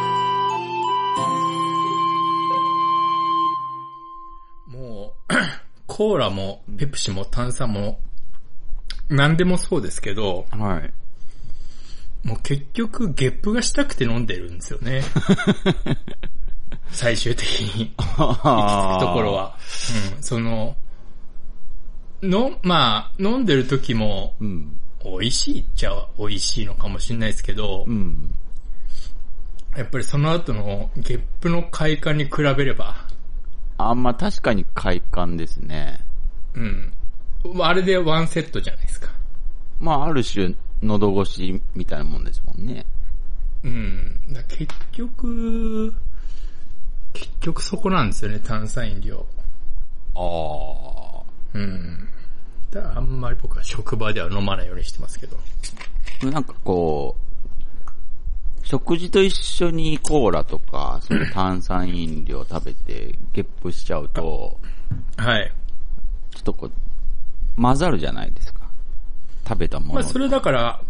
コーラも、ペプシも炭酸も、何でもそうですけど、はい。もう結局、ゲップがしたくて飲んでるんですよ ね。最終的に。行き着くところは。うん、その、の、まあ、飲んでる時も、うん。美味しいっちゃ美味しいのかもしれないですけど、うん。やっぱりその後のゲップの快感に比べれば、あんまあ確かに快感ですね。うん。あれでワンセットじゃないですか。まあ、ある種、喉越しみたいなもんですもんね。うん。だから結局、結局そこなんですよね、炭酸飲料。ああ。うん。だからあんまり僕は職場では飲まないようにしてますけど。なんかこう、食事と一緒にコーラとか、そういう炭酸飲料食べて、ゲップしちゃうと、はい。ちょっとこう、混ざるじゃないですか。食べたもまのあと。それだから、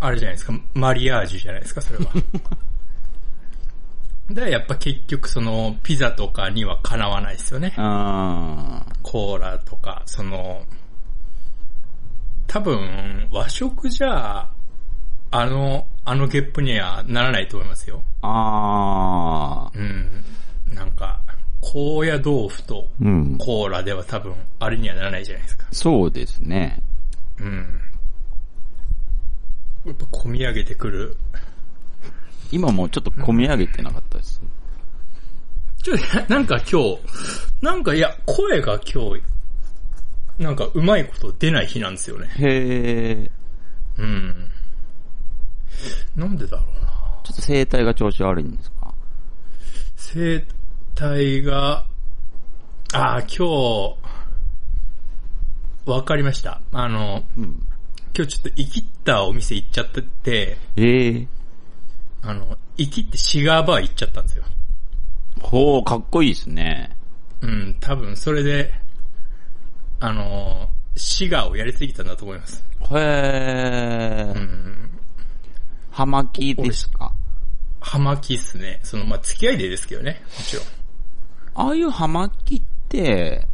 あれじゃないですか、マリアージュじゃないですか、それ は。だからやっぱ結局その、ピザとかにはかなわないですよね。あコーラとか、その、多分、和食じゃ、あの、あのゲップにはならないと思いますよ。あ。ああ。うん。なんか、高野豆腐とうん。コーラでは多分、あれにはならないじゃないですか。そうですね。うん。やっぱ、込み上げてくる。今もうちょっと込み上げてなかったです。ちょ、なんか今日、なんかいや、声が今日、なんかうまいこと出ない日なんですよね。へえ。うん。なんでだろうな。ちょっと声帯が調子悪いんですか生体が、ああ、今日、わかりました。あの、うん。今日ちょっと生きったお店行っちゃってて、ええ。あの、生きってシガーバー行っちゃったんですよ。ほう、かっこいいですね。うん、多分それで、あの、シガーをやりすぎたんだと思います。へえ。うん、葉巻ですか葉巻っすね。その、まあ、付き合いでですけどね、もちろん。ああいう葉巻って、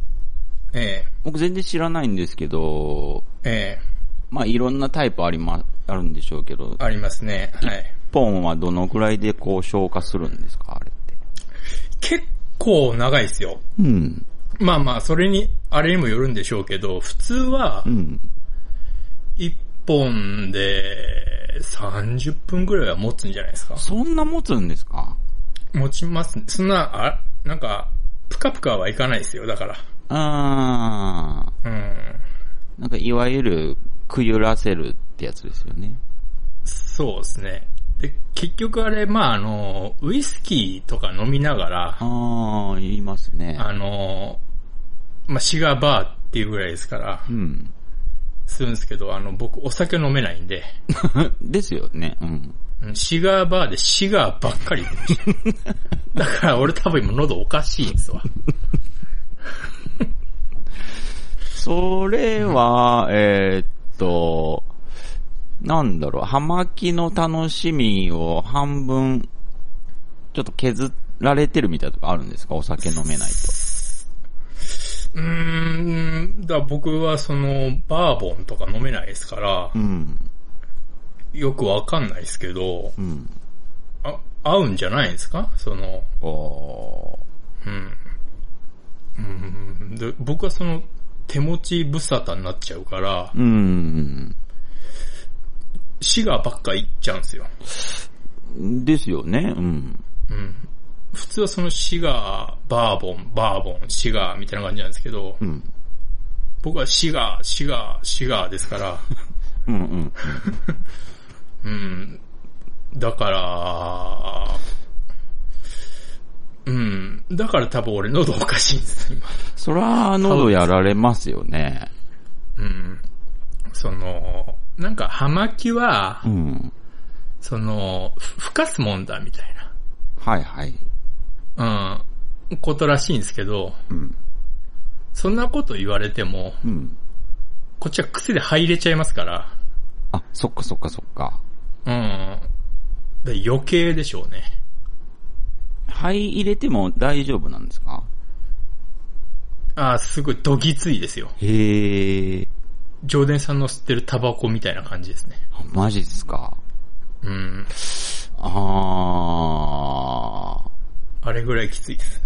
え僕全然知らないんですけど、ええまあいろんなタイプありま、あるんでしょうけど、えありますね。はい。一本はどのくらいでこう消化するんですかあれって。結構長いですよ。うん。まあまあ、それに、あれにもよるんでしょうけど、普通はう、ん。一本で30分ぐらいは持つんじゃないですか。そんな持つんですか持ちます、ね、そんな、あ、なんか、ぷかぷかはいかないですよ、だから。あうん。ー。なんかいわゆる、くゆらせるってやつですよね。そうですね。で、結局あれ、まああの、ウイスキーとか飲みながら、あー、言いますね。あの、まあシガーバーっていうぐらいですからう、ん。するんですけど、あの、僕お酒飲めないんで、 ですよね。うん。うんシガーバーでシガーばっか り言ってました。だから俺多分今喉おかしいんですわ。それは、えーっと、なんだろう、葉巻の楽しみを半分、ちょっと削られてるみたいなとこあるんですかお酒飲めないと。うーん、だから僕はその、バーボンとか飲めないですからう、ん。よくわかんないですけど、うん。あ、合うんじゃないですかその、おうん。うん、で僕はその、手持ち無沙汰になっちゃうからー。、うん。死がばっかいっちゃうんですよ。ですよね。うん。うん。普通はそのシガー、バーボン、バーボン、シガーみたいな感じなんですけど、うん。僕はシガー、シガー、シガーですから、うんうん。うん。だから、うん。だから多分俺喉おかしいんです、今。そら、喉やられますよね。うん。その、なんか、葉巻はう、ん。その、ふふかすもんだ、みたいはいはい。な、うん、ことらしいんですけど、うん。そんなこと言われても、うん。こっちは癖で入れちゃいますから、あ、そっかそっかそっか。うん。で余計でしょうね。肺入れても大丈夫なんですかあーすごいどぎついですよ。へえ。ジョーデンさんの吸ってるタバコみたいな感じですね。あマジですか。うん。あー。あれぐらいきついです。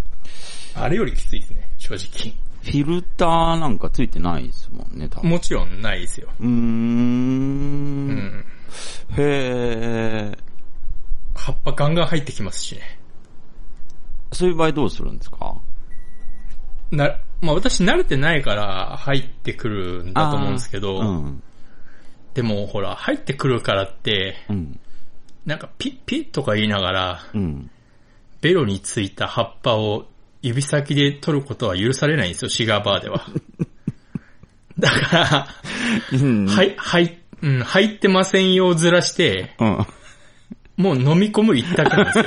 あれよりきついですね、正直。フィルターなんかついてないですもんね、多分。もちろんないですよ。うーん。うん。へえ。葉っぱガンガン入ってきますしね。そういう場合どうするんですかな、まあ私慣れてないから入ってくるんだと思うんですけど、うん。でもほら、入ってくるからって、うん。なんかピッピッとか言いながら、うん。ベロについた葉っぱを指先で取ることは許されないんですよ、シガーバーでは。だかうんら、はい、はい、うん、入ってませんよをずらして、うん。もう飲み込む一択なん ですよ。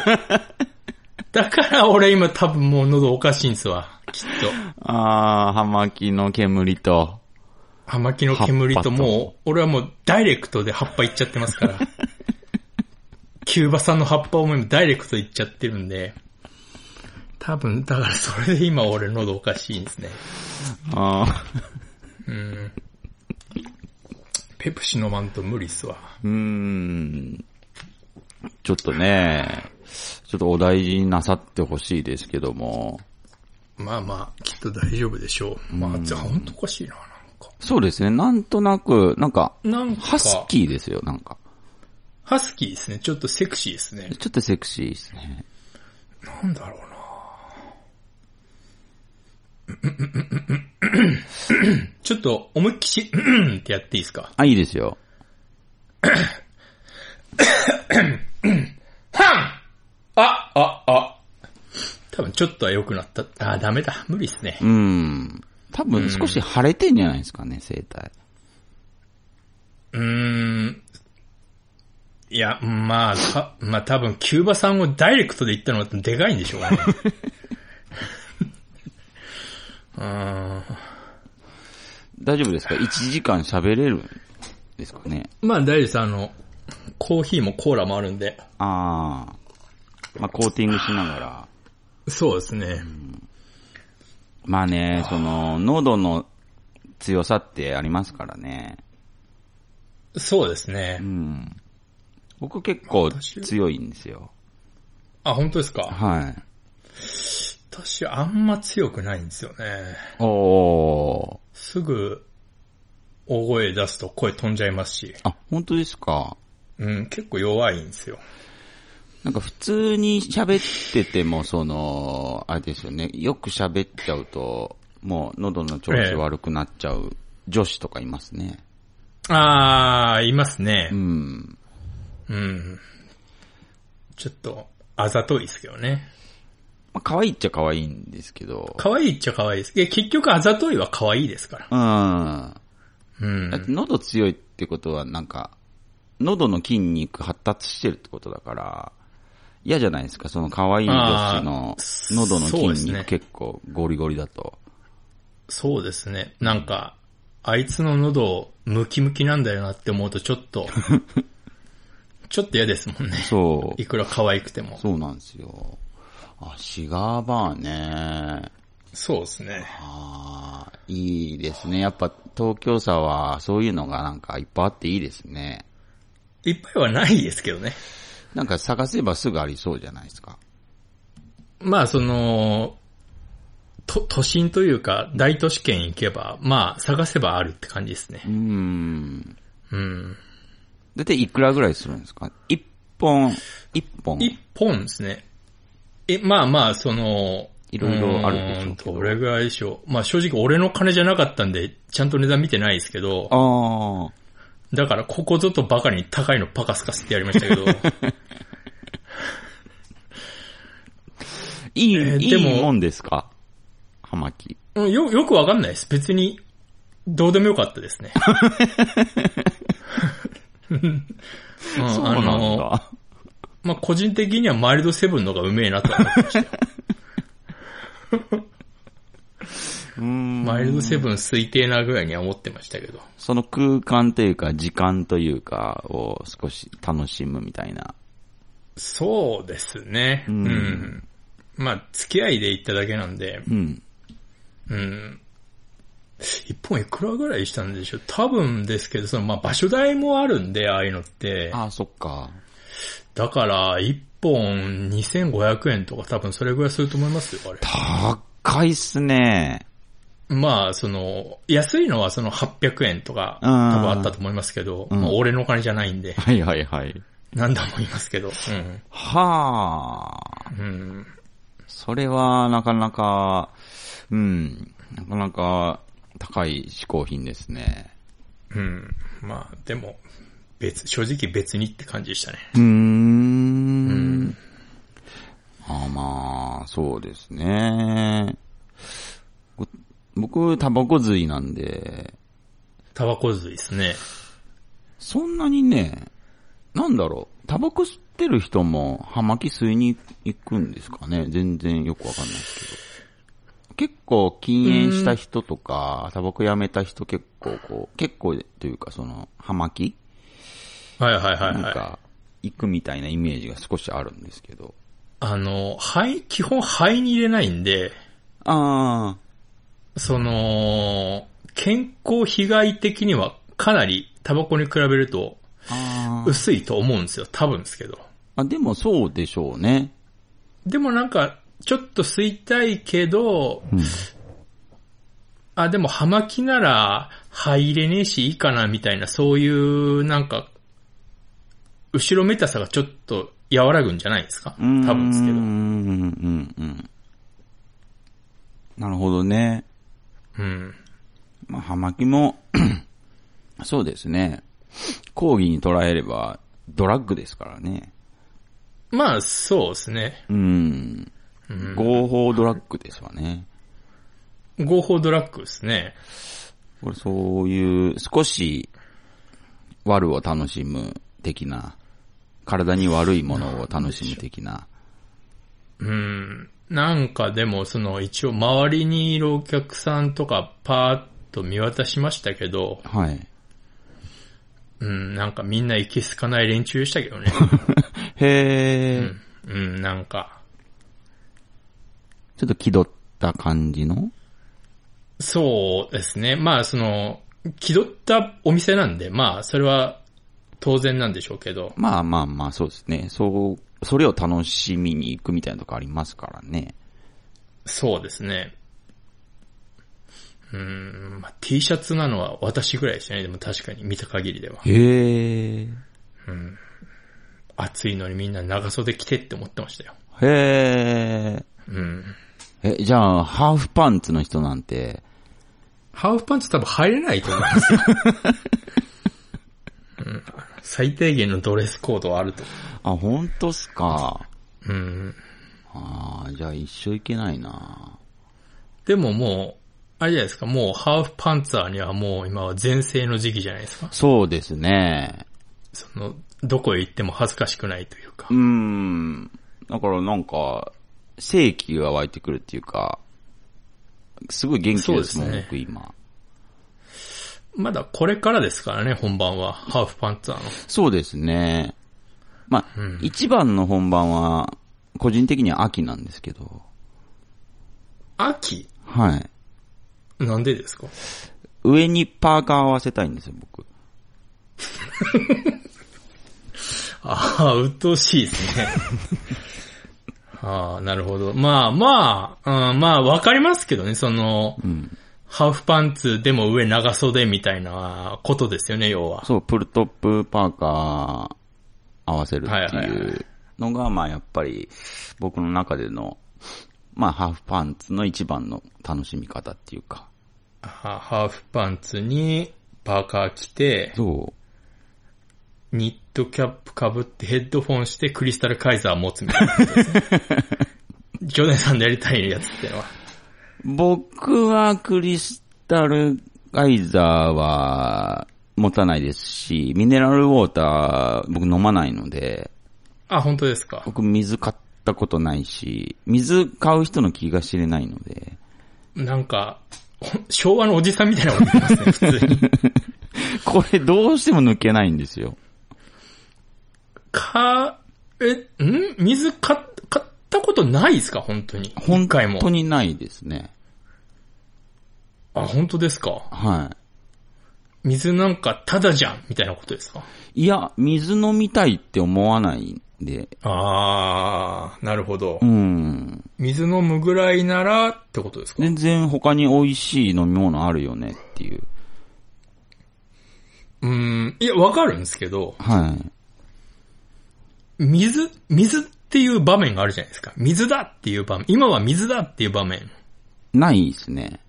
だから俺今多分もう喉おかしいんですわ、きっと。あー、葉巻の煙と。葉巻の煙ともう、俺はもうダイレクトで葉っぱいっちゃってますから。キューバ産の葉っぱをもうダイレクトいっちゃってるんで、多分、だからそれで今俺喉おかしいんですね。あうー。ん。ペプシ飲まんと無理っすわ。うーん。ちょっとね、ちょっとお大事になさってほしいですけども。まあまあ、きっと大丈夫でしょう。まあ、じゃあほんとおかしいな、なんか。そうですね、なんとなく、なんか、なんか、ハスキーですよ、なんか。ハスキーですね。ちょっとセクシーですね。ちょっとセクシーですね。なんだろうな。 ちょっと思いっきし、 うんってやっていいですかあ、いいですよ。あ、あ、あ。多分ちょっとは良くなった。あ、ダメだ。無理ですねう。ん。多分少し腫れてんじゃないですかね、生体。うーん。いや、まあ、たまあ多分キューバさんをダイレクトで言ったのはでかいんでしょうね。 うーん大丈夫ですか ?1 時間喋れるんですかねまあ大丈夫です。あの、コーヒーもコーラもあるんで。ああ。まあ、コーティングしながら。そうですね。まあね、その、喉の強さってありますからね。そうですねう。ん。僕結構私強いんですよ。あ、本当ですか。はい。私、あんま強くないんですよね。おー。すぐ、大声出すと声飛んじゃいますし。あ、本当ですかうん、結構弱いんですよ。なんか普通に喋ってても、その、あれですよね、よく喋っちゃうと、もう喉の調子悪くなっちゃう女子とかいますね。あー、いますねう。ん。うん。ちょっと、あざといですけどね。まあ、可愛いっちゃ可愛いんですけど、可愛いっちゃ可愛いです。いや、結局あざといは可愛いですから。うん。うんだっ。て喉強いってことはなんか、喉の筋肉発達してるってことだから、嫌じゃないですか、その可愛い女子の喉のそうです筋ね肉結構ゴリゴリだと。そうですね。なんか、あいつの喉、ムキムキなんだよなって思うとちょっと、 ちょっと嫌ですもんね。そう。いくら可愛くても。そうなんですよ。あ、シガーバーね。そうですね。あーいいですね。やっぱ東京さはそういうのがなんかいっぱいあっていいですね。いっぱいはないですけどね。なんか探せばすぐありそうじゃないですか。まあ、その、と、都心というか、大都市圏行けば、まあ、探せばあるって感じですうねー。ん。うん。だいたいいくらぐらいするんですか一本、一本。一本ですね。え、まあまあ、その、いろいろあるでしょうけどーんどれぐらいでしょう。まあ正直俺の金じゃなかったんで、ちゃんと値段見てないですけど、ああ。だからここぞとばかりに高いのパカスカスってやりましたけ ど、いい、えーいでもいもんですか葉巻。うんよ、よくわかんないです。別に、どうでもよかった ですね。うんそうなんだ。あのまあ、個人的にはマイルドセブンの方がうめえなとは思ってました。うーんマイルドセブン推定なぐらいには思ってましたけど。その空間というか時間というかを少し楽しむみたいな。そうですね。うんうん。まあ、付き合いで行っただけなんで、うん。うん。一本いくらぐらいしたんでしょう多分ですけど、その、まあ、場所代もあるんで、ああいうのって。ああ、そっか。だから、一本2500円とか多分それぐらいすると思いますよ、あれ。高いっすね。まあ、その、安いのはその800円とか、多うん分あったと思いますけど、うんまあ、俺のお金じゃないんで、はいはいはい。何度も言いますけど、うん。はあ、うん。それはなかなか、うん、なかなか高い嗜好品ですね。うん。まあ、でも、別、正直別にって感じでしたね。うーん。あーまあ、そうですね。こ僕、タバコ吸いなんで、タバコ吸いですね。そんなにね、なんだろう、タバコ吸ってる人も、葉巻吸いに行くんですかね全然よくわかんないですけど。結構禁煙した人とか、タバコやめた人結構こう、結構というかその、葉巻はいはいはいなんはい。か、行くみたいなイメージが少しあるんですけど。あの、肺、基本肺に入れないんで、ああ、その、健康被害的にはかなりタバコに比べるとあー薄いと思うんですよ。多分ですけど。あ。でもそうでしょうね。でもなんか、ちょっと吸いたいけど、うんあ、でも、葉巻なら、入れねえし、いいかな、みたいな、そういう、なんか、後ろめたさがちょっと和らぐんじゃないですか多分ですけうどん、う。ん、うん。なるほどね。うん。まあ、葉巻も、 そうですね。講義に捉えれば、ドラッグですからね。まあ、そうですね。うん。うん合法ドラッグですわね。合法ドラッグですね。これそういう、少し、悪を楽しむ的な、体に悪いものを楽しむ的な。うん。なんかでも、その、一応、周りにいるお客さんとか、パーッと見渡しましたけど、はい。うん、なんかみんないけすかない連中でしたけどね。へーうん、なんか、ちょっと気取った感じのそうですね。まあ、その、気取ったお店なんで、まあ、それは当然なんでしょうけど、まあまあまあ、そうですね。そう、それを楽しみに行くみたいなとこありますからね。そうですね。うん、まあ、T シャツなのは私ぐらいですね。でも確かに見た限りでは。へえ。暑いのにみんな長袖着てって思ってましたよ。へえ。うん。え、じゃあ、ハーフパンツの人なんて、ハーフパンツ多分入れないと思いますよ。 うん、最低限のドレスコードはあると。あ、ほんとっすか。うん。ああ、じゃあ一生いけないな。でももう、あれじゃないですか、もうハーフパンツァーにはもう今は全盛の時期じゃないですか。そうですね。その、どこへ行っても恥ずかしくないというかう。ーん。だからなんか、正気が湧いてくるっていうか、すごい元気ですもん、そうですね僕今。まだこれからですからね、本番は。ハーフパンツァーの。そうですね。まあ、うん一番の本番は、個人的には秋なんですけど、秋はい。なんでですか上にパーカー合わせたいんですよ、僕。ああ、鬱陶しいですね。 ああ、なるほど。まあまあ、うん、まあわかりますけどね、その、うん。ハーフパンツでも上長袖みたいなことですよね、要は。そう、プルトップパーカー合わせるってはいはいいはうのが、まあやっぱり僕の中での、まあハーフパンツの一番の楽しみ方っていうか。はハーフパンツにパーカー着て、そニットキャップかぶってヘッドフォンしてクリスタルカイザー持つみたいな ことですね。ジョネさんでやりたいやつっていうのは。う。僕はクリスタルガイザーは持たないですし、ミネラルウォーター僕飲まないので、あ、本当ですか。僕水買ったことないし、水買う人の気が知れないので、 なんか、ほん昭和のおじさんみたいなこと言いますね、普通 に。これどうしても抜けないんですよ。か、え、ん水買っ買ったことないですか本当に。本一回も当。にないですね。あ、本当ですかは水なんかただじゃんみたいなことですかい。いや、水飲みたいって思わないんで、あー、なるほどう。ん。水飲むぐらいならってことですか全然他に美味しい飲み物あるよねっていう。うん。いや、わかるんですけど、はい。水、水っていう場面があるじゃないですか。水だっていう場面。今は水だっていう場面。ないですね。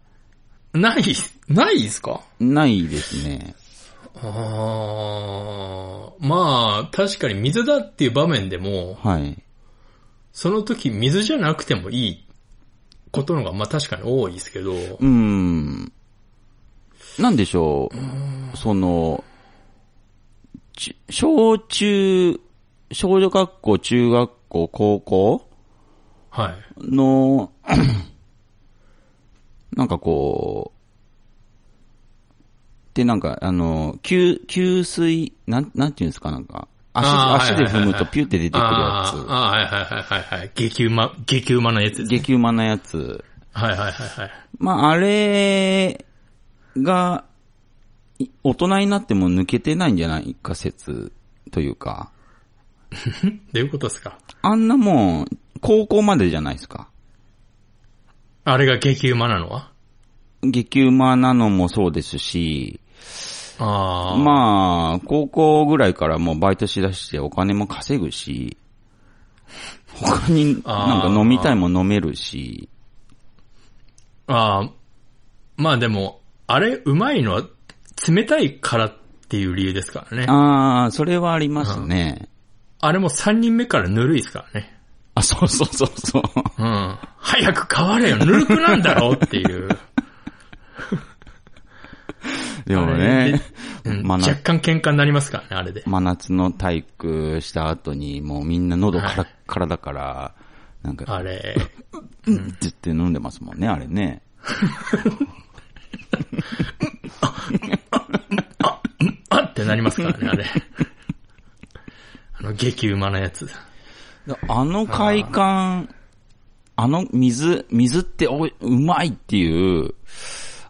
ない、ないですかないですね。あーまあ、確かに水だっていう場面でも、はい。その時水じゃなくてもいいことのが、まあ確かに多いですけど、うーん。なんでしょう。その、ち小中、小女学校、中学校、高校はい。の、 なんかこう、で、なんか、あの、給、給水、なん、なんていうんですか、なんか、あー足で、はいはいはい足で踏はいむとピュって出てくるあーやあー、はいはいはいはいはい。激うま、激うまなやつでつ。す。激うまなやつ。はいはいはいはい。まあ、あれが、い大人になっても抜けてないんじゃないか説というか、どういうことですかあんなもん、高校までじゃないですか。あれが激うまなのは激うまなのもそうですし、ああ。まあ、高校ぐらいからもうバイトしだしてお金も稼ぐし、他になんか飲みたいもん飲めるし、ああ。まあでも、あれうまいのは冷たいからっていう理由ですからね。あああ、それはありますね。れも3人目からぬるいですからね。あ、そうそうそうそう。うん。早く変われよ、ぬるくなんだろうっていう。 でもあれねで、うんまあな若干喧嘩になりますからね、あれで。真夏の体育した後に、もうみんな喉からっからだから、なんか、あれ。うんって言って飲んでますもんね、あれね。あってなりますからね、 あれ。あの、激うまなやつ。あの快感、あの水、水っておいうまいっていう、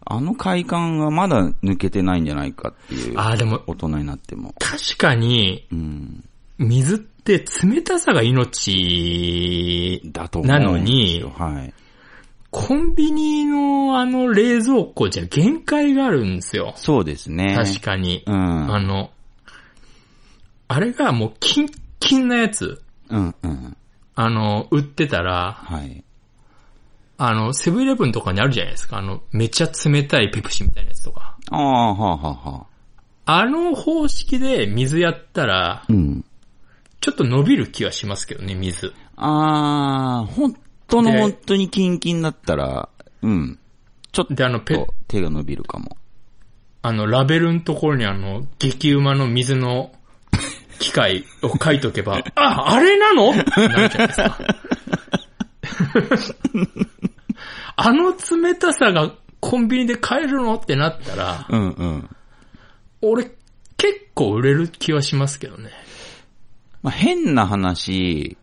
あの快感がまだ抜けてないんじゃないかっていう、ああ、でも、大人になっても。確かに、うん。水って冷たさが命だと思うんですよなのにはい。コンビニのあの冷蔵庫じゃ限界があるんですよ。そうですね。確かに。うん。あの、あれがもうキンキンなやつ、うん、うん。あの、売ってたら、はい。あの、セブンイレブンとかにあるじゃないですか。あの、めちゃ冷たいペプシみたいなやつとか。ああ、はあ、はあ、はあ。あの方式で水やったら、うん。ちょっと伸びる気はしますけどね、水。あー、本当ので本当にキンキンだったら、うん。ちょっで、あの、ペと手が伸びるかも。あの、ラベルのところにあの、激うまの水の機械を書いとけば、 あ、あれなのってなるじゃないですか。あの冷たさがコンビニで買えるのってなったら、うんうん。俺結構売れる気はしますけどね。まあ、変な話、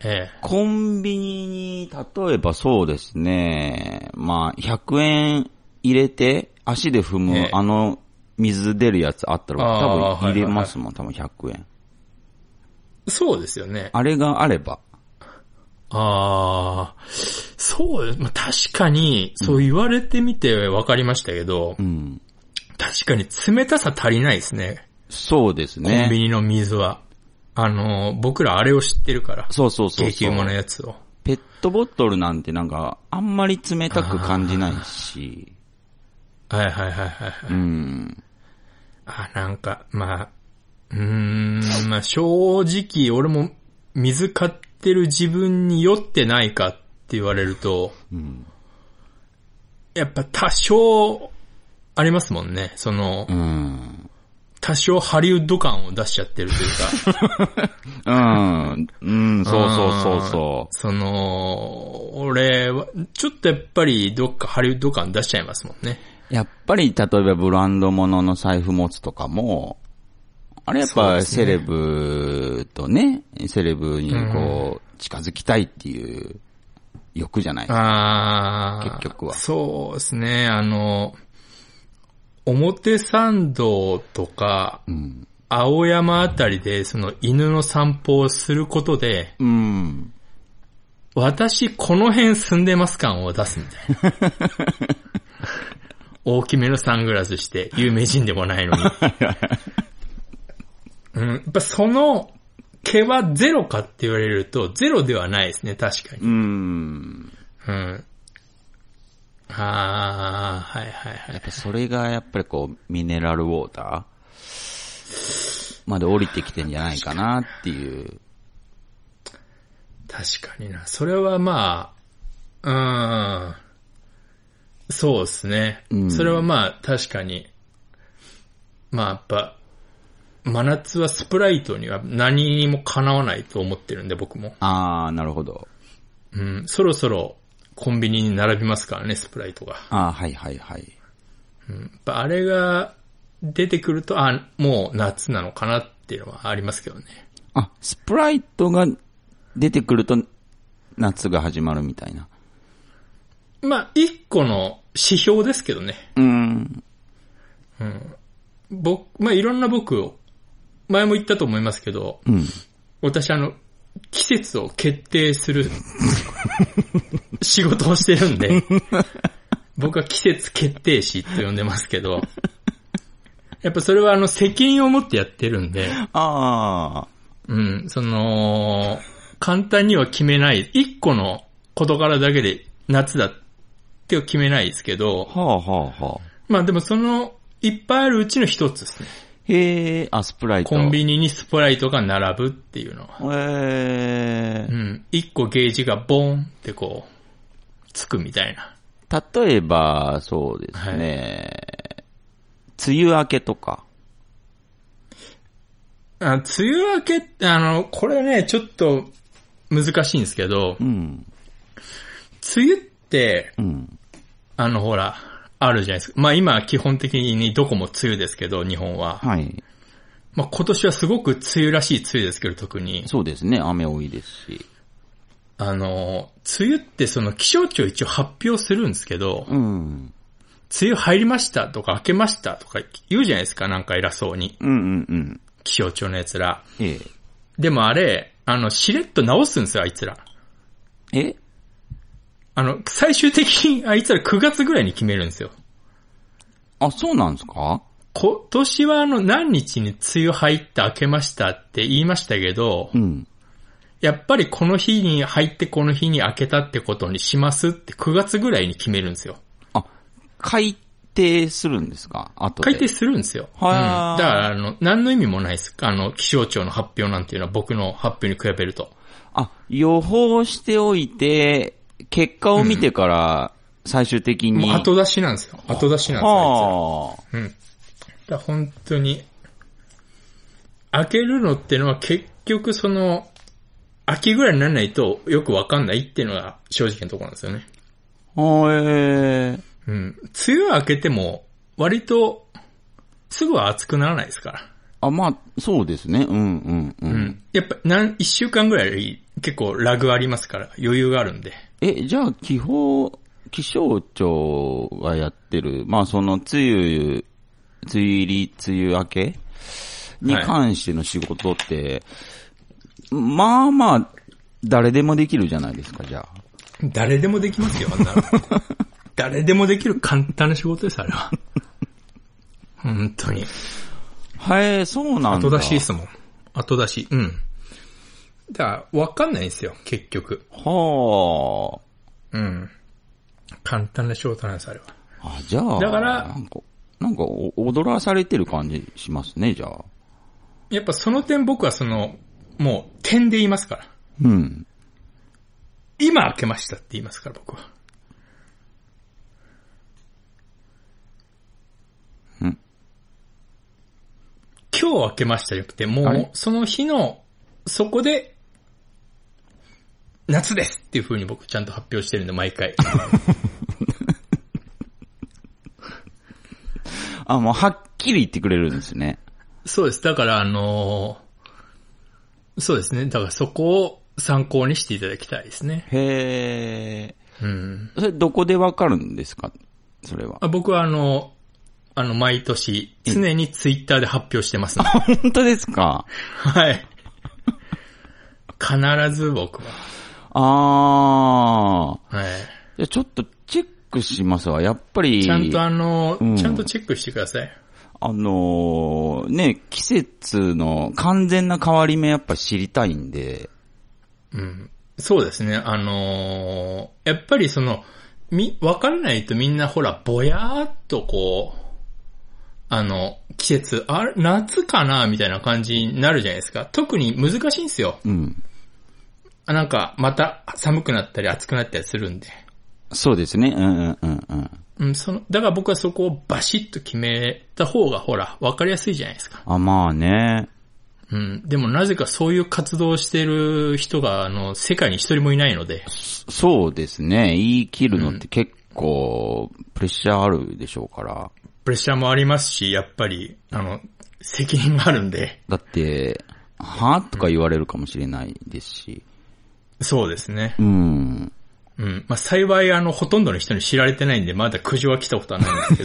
えコンビニに、例えばそうですね、まあ、100円入れて、足で踏む、ええあの、水出るやつあったら、あー多分入れますもん、多分100円。え。そうですよね。あれがあれば。ああ、そう、まあ確かに、そう言われてみて分かりましたけど、うん。確かに冷たさ足りないですね。そうですコンビね。ニの水は。あのー、僕らあれを知ってるから。そうそうそう激そうまのやつを。ペットボトルなんてなんか、あんまり冷たく感じないし、はいはいはいはい。はういん。あ、なんか、まあ、うーん、まあ正直、俺も水買ってる自分に酔ってないかって言われると、うん。やっぱ多少、ありますもんね。そのう、ん。多少ハリウッド感を出しちゃってるという か。うん。うん、そうそうそうそその、俺は、ちょっとやっぱりどっかハリウッド感出しちゃいますもんね。う。やっぱり、例えばブランド物の財布持つとかも、あれやっそうぱですねセレブとね、セレブにこう、近づきたいっていう欲じゃないですか。ああ。結局はそうですね、あの、表参道とか、うん。青山あたりで、その犬の散歩をすることで、うん。私この辺住んでます感を出すみたいな。 大きめのサングラスして、有名人でもない のに。うん、やっぱその毛はゼロかって言われると、ゼロではないですね、確かに。うん。うん。ああ、はいはいはやいっ。ぱそれがやっぱりこう、ミネラルウォーターまで降りてきてんじゃないかなっていう。確かにな。それはまあ、うーん。そうですね。うんそれはまあ、確かに。まあ、やっぱ、真夏はスプライトには何にもかなわないと思ってるんで、僕も。あー、なるほど。うん。そろそろコンビニに並びますからね、スプライトが。あー、はいはいはい。やっぱあれが出てくると、あ、もう夏なのかなっていうのはありますけどね。あ、スプライトが出てくると夏が始まるみたいな。まあ、一個の指標ですけどね。うん。僕、まあ、いろんな僕、前も言ったと思いますけど、うん。私あの、季節を決定する仕事をしてるんで、僕は季節決定士って呼んでますけど、やっぱそれはあの責任を持ってやってるんで、あうん、その、簡単には決めない、一個の事柄だけで夏だって決めないですけー。ど、はあはあはあ。まあでもその、いっぱいあるうちの一つですね。へえ、あ、スプライト。コンビニにスプライトが並ぶっていうのは。えうん。一個ゲージがボンってこう、つくみたいな。ー、例えば、そうですね、梅雨明けとか。あ梅雨明けって、あの、これね、ちょっと難しいんですけどう、ん。梅雨って、うん。あの、ほら、あるじゃないですか。まあ今、基本的にどこも梅雨ですけど、日本は。はい。まあ今年はすごく梅雨らしい梅雨ですけど、特に。そうですね、雨多いですし。あの、梅雨ってその気象庁一応発表するんですけど、うん。梅雨入りましたとか明けましたとか言うじゃないですか、なんか偉そうに。うんうんうん。気象庁の奴ら。えでもあれ、あの、しれっと直すんですよ、あいつら。え。えあの、最終的に あいつら9月ぐらいに決めるんですよ。あ、そうなんですか今年はあの、何日に梅雨入った、明けましたって言いましたけどう、ん。やっぱりこの日に入ってこの日に明けたってことにしますって9月ぐらいに決めるんですよ。あ、改定するんですか後で。改定するんですよ。うん、だはあから、あの、何の意味もないです。あの、気象庁の発表なんていうのは僕の発表に比べると。あ、予報しておいて、結果を見てから、最終的に。もう後出しなんですよ。後出しなんですよ、あいつら。はあ。うん。だから本当に、開けるのってのは結局その、秋ぐらいにならないとよくわかんないっていうのが正直なところなんですよね。あえーうん。梅雨明けても割とすぐは暑くならないですから。あ、まあ、そうですね。うんうんうん。うん。やっぱ何、一週間ぐらい結構ラグありますから余裕があるんで。え、じゃあ、気泡、気象庁がやってる、まあその、梅雨、梅雨入り、梅雨明けに関しての仕事って、まあまあ、誰でもできるじゃないですか、じゃあ。誰でもできますよ、あんなの。 誰でもできる簡単な仕事です、あれは。本当に。はい、そうなんだ。後出しですもん。後出し。うん。だから、わかんないんですよ、結局。はうん。簡単な仕事なんです、あれは。あ。あ、じゃあ、だからなんか、なんかお踊らされてる感じしますね、じゃあ。やっぱその点僕はその、もう、点で言いますから。うん。今開けましたって言いますから、僕は。うん今日開けましたじゃなくて、もあうれ、その日の、そこで、夏ですっていう風に僕ちゃんと発表してるんで、毎回。あ、もうはっきり言ってくれるんですね。そうです。だから、あのーそうですね。だからそこを、参考にしていただきたいですね。へえ。うん。それどこでわかるんですか それは。あ僕はあの、あの、毎年、常にツイッターで発表してますので、本当ですか はい。必ず僕は。あはい。ー。いやちょっとチェックしますわ。やっぱり。ちゃんとあの、うんちゃんとチェックしてください。あのーね、季節の完全な変わり目やっぱ知りたいんで、うん。そうですね。あのーやっぱりその、み、わからないとみんなほら、ぼやーっとこう、あの、季節、あれ、夏かなみたいな感じになるじゃないですか。特に難しいんですよ。うん。あなんか、また寒くなったり暑くなったりするんで。そうですね、うんうんうんうん。うん、その、だから僕はそこをバシッと決めた方がほら、わかりやすいじゃないですか。あ、まあね。うん。でもなぜかそういう活動をしてる人が、あの、世界に一人もいないので。そうですね、言い切るのって結構プレッシャーあるでしょうから。プレッシャーもありますし、やっぱり、あの、責任があるんで。だって、はとか言われるかもしれないですし。そうですねう。ん。うん。まあ、幸い、あの、ほとんどの人に知られてないんで、まだ苦情は来たことはないんです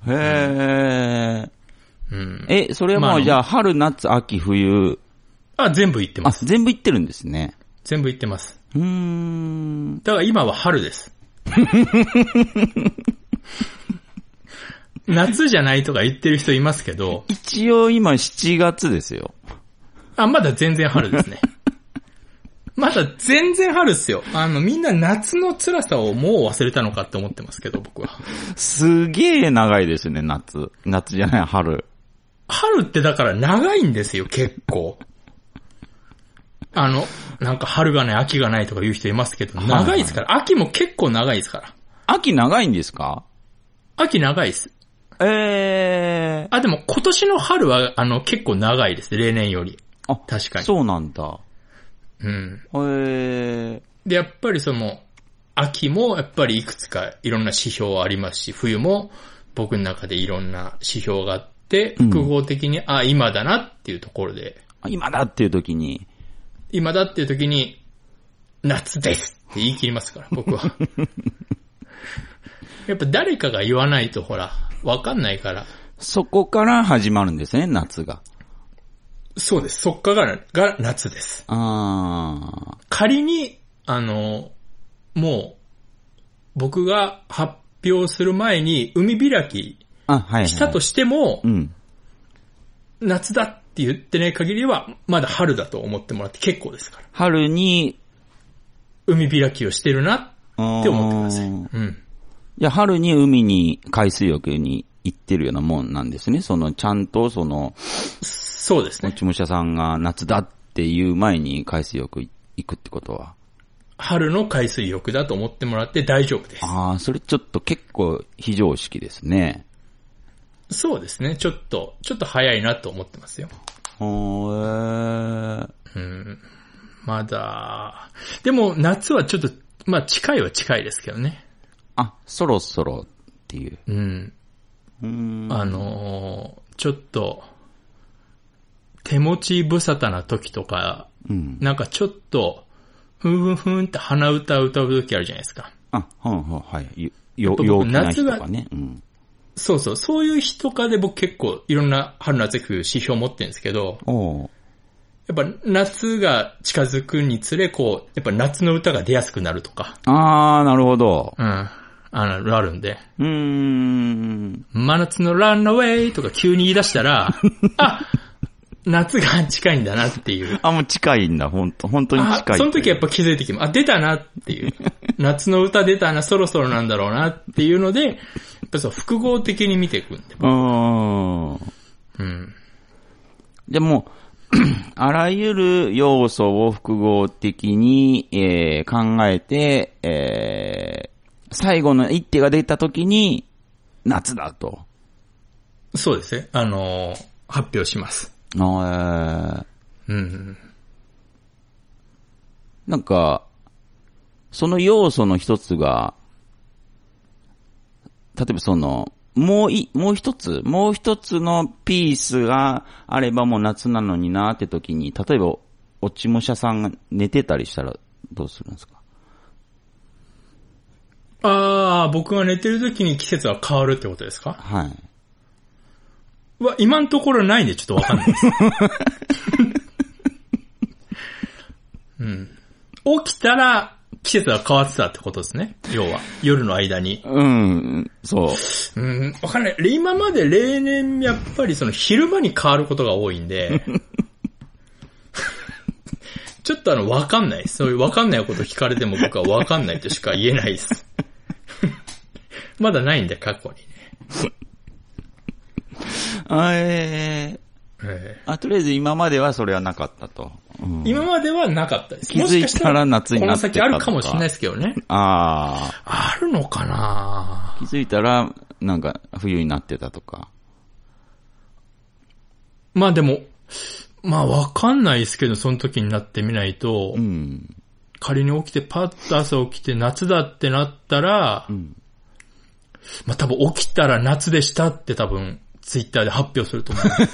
けど。へーうん。え、それはもまあうじゃあ春、夏、秋、冬。あ、全部言ってあま、す。全部行ってるんですね。全部言ってます。うーん。だから今は春 です。夏じゃないとか言ってる人いますけど、一応今7月ですよ。あ、まだ全然春ですね。まだ全然春っすよ。あの、みんな夏の辛さをもう忘れたのかって思ってますけど、僕は。すげえ長いですね、夏。夏じゃない、春。春ってだから長いんですよ、結構。あの、なんか春がない、秋がないとか言う人いますけど、いはい長いですから、秋も結構長いですから。秋長いんですか秋長いです。ええあ、でも今年の春は、あの、結構長いです、例年より。あ、確かに。そうなんだ。うん。ええで、やっぱりその、秋もやっぱりいくつかいろんな指標はありますし、冬も僕の中でいろんな指標があって、うん複合的に、あ、今だなっていうところで、今だっていう時に。今だっていう時に、夏ですって言い切り ますから、僕は。やっぱ誰かが言わないとほら、わかんないから。そこから始まるんですね、夏が。そうです。そっからが夏です。あ仮に、あの、もう、僕が発表する前に海開きあ。あ、はい、はい。したとしてもう、ん。夏だって言ってない限りは、まだ春だと思ってもらって結構ですから。春に、海開きをしてるなっって思ってください。ういん。や、春に海に、海水浴に行ってるようなもんなんですね。その、ちゃんとその、そうです持ね。ち武者さんが夏だっていう前に海水浴行くってことは。春の海水浴だと思ってもらって大丈夫です。ああ、それちょっと結構非常識ですね。そうですね。ちょっと、ちょっと早いなと思ってますよ。ほーえーうん。まだ、でも夏はちょっと、まあ近いは近いですけどね。あ、そろそろっていう。うん。うーんあのーちょっと、手持ち無沙汰な時とか、うん。なんかちょっと、ふんふんふんって鼻歌歌う時あるじゃないですか。あ、ほんほん、はい。よ、よ僕陽気な人夏ががね。うん。そうそう、そういう日とかで僕結構いろんな春夏秋冬指標持ってるんですけど、おうやっぱ夏が近づくにつれ、こう、やっぱ夏の歌が出やすくなるとか、あー、なるほど。うん、あの、あるんで、うーん。真夏のランナウェイとか急に言い出した ら、あ夏が近いんだなっていう。あ、もう近いんだ、ほんと、本当にあ近い。その時やっぱ気づいてきます。あ、出たなっていう。夏の歌出たな、そろそろなんだろうなっていうので、やっぱそう、複合的に見ていくんで。うーん。うん。でも う、あらゆる要素を複合的に、えー考えて、えー最後の一手が出た時に、夏だと。そうですね。あのー発表します。あーうん。なんか、その要素の一つが、例えばその、もうい、もう一つ、もう一つのピースがあればもう夏なのになって時に、例えば落ち武者さんが寝てたりしたらどうするんですかああ、僕が寝てる時に季節は変わるってことですかはい。は、今のところないんでちょっとわかんない です。うん。起きたら、季節は変わってたってことですね。要は。夜の間に。うん、そう。うん、わかんない。今まで例年、やっぱりその昼間に変わることが多いん で、ちょっとあの、わかんない。そういうわかんないこと聞かれても僕はわかんないとしか言えない です。まだないんで、過去にね。あえーええあ、とりあえず今まではそれはなかったと。うん今まではなかったです。気づいたら夏になってたもしかしたらこの先あるかもしれないですけどね。ああ、あるのかな気づいたら、なんか冬になってたとか。まあでも、まあわかんないですけど、その時になってみないと、うん。仮に起きてパッと朝起きて夏だってなったら、んまあ多分起きたら夏でしたって多分ツイッターで発表すると思うん で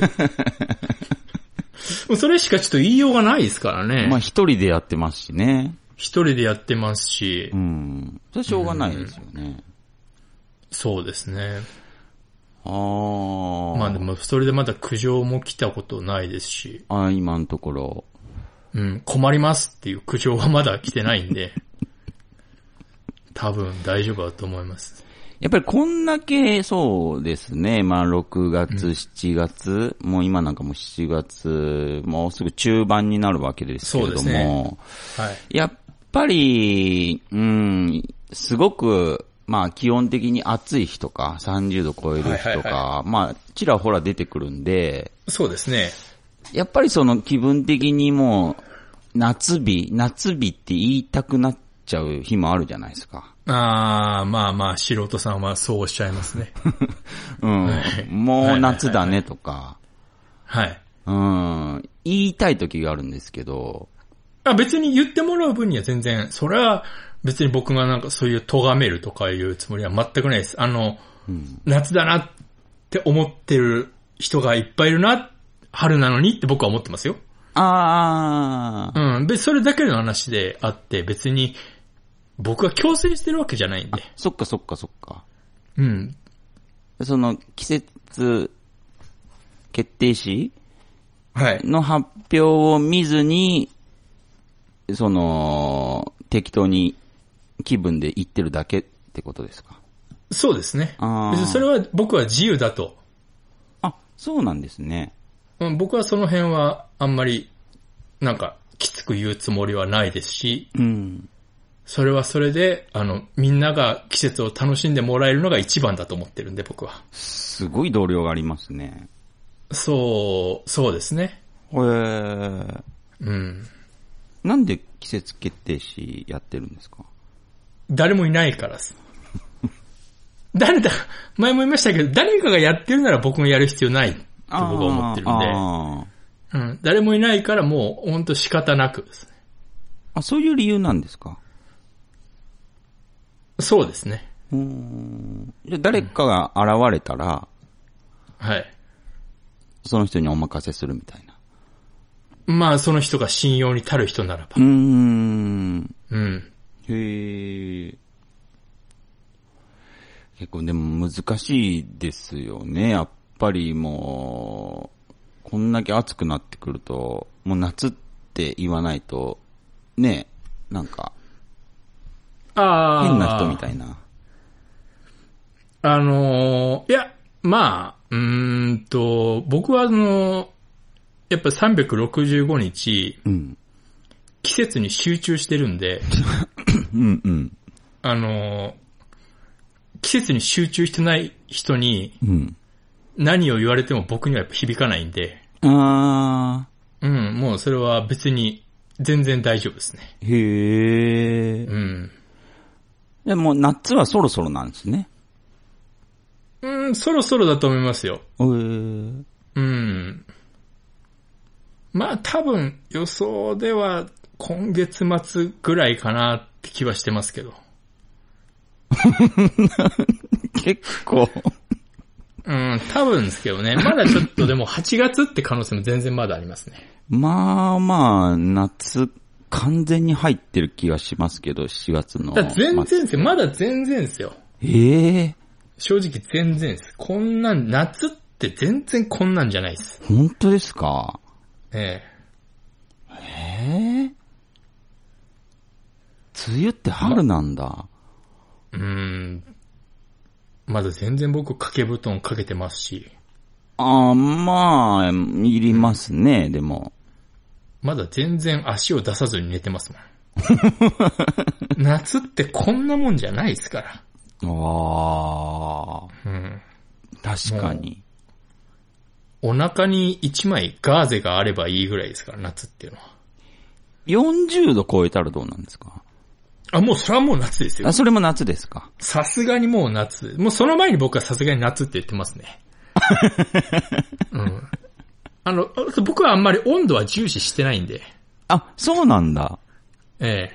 すよもうそれしかちょっと言いようがないですからね。まあ一人でやってますしね。一人でやってますし、うん。それはしょうがないですよね。そうですね。ああ。まあでもそれでまだ苦情も来たことないですし、あー今のところ。うん、困りますっていう苦情はまだ来てないんで、 多分大丈夫だと思います。やっぱりこんだけ、そうですね。まあ、6月、7月、もう今なんかもう7月、もうすぐ中盤になるわけですけれども、そうですねはい。やっぱり、うん、すごく、まあ、基本的に暑い日とか、30度超える日とか、はいはまあ、ちらほら出てくるんで、そうですね。やっぱりその気分的にもう、夏日、夏日って言いたくなっちゃう日もあるじゃないですか。ああ、まあまあ、素人さんはそうおっしゃいます ね。うん。もう夏だねとか、はい。うん。言いたい時があるんですけど、あ別に言ってもらう分には全然、それは別に僕がなんかそういう咎めるとかいうつもりは全くないです。あの、うん。夏だなって思ってる人がいっぱいいるな、春なのにって僕は思ってますよ。ああ、うん。別にそれだけの話であって、別に僕が強制してるわけじゃないんで。そっかそっかそっか。うん。その季節決定誌はい。の発表を見ずに、その、適当に気分で言ってるだけってことですかそうですね。あー別にそれは僕は自由だと。あ、そうなんですね。うん、僕はその辺はあんまり、なんか、きつく言うつもりはないですし、うん。それはそれで、あの、みんなが季節を楽しんでもらえるのが一番だと思ってるんで、僕は。すごい同僚がありますね。そう、そうですね。へえ。うん。なんで季節決定誌やってるんですか誰もいないからです。誰だ、前も言いましたけど、誰かがやってるなら僕もやる必要ないって僕は思ってるんで、あーうん、誰もいないからもう、ほんと仕方なくですね。あ、そういう理由なんですかそうですね。うーん。じゃあ誰かが現れたら、はい。その人にお任せするみたいな。まあ、その人が信用に足る人ならうばー。ん。うん。へえ。結構でも難しいですよね。やっぱりもう、こんだけ暑くなってくると、もう夏って言わないと、ね、なんか、ああ。変な人みたいな。あのーいや、まあ、うーんと、僕はあのーやっぱ365日、うん。季節に集中してるんで、うんうん。あのー季節に集中してない人にうん。何を言われても僕にはやっぱ響かないんで、あうん、もうそれは別に全然大丈夫ですね。ー、へえう。ん。でも夏はそろそろなんですね。うん、そろそろだと思いますよ。へーうん。まあ多分予想では今月末ぐらいかなって気はしてますけど。結構。うん、多分ですけどね。まだちょっとでも8月って可能性も全然まだありますね。まあまあ、夏、完全に入ってる気がしますけど、7月の。だから全然ですよ。まだ全然ですよ。ええ正直全然です。こんなん、夏って全然こんなんじゃないです。本当ですかえええ梅雨って春なんだ。え。うーん。まだ全然僕掛け布団かけてますし、あーまあ、いりますね、でも。まだ全然足を出さずに寝てますもん。夏ってこんなもんじゃないですから。ああ、うん。確かに。お腹に一枚ガーゼがあればいいぐらいですから、夏っていうのは。 40度超えたらどうなんですかあ、もうそれはもう夏ですよあ、。それも夏ですかさすがにもう夏。もうその前に僕はさすがに夏って言ってますね。うん。あの、僕はあんまり温度は重視してないんで。あ、そうなんだ。ええ。へ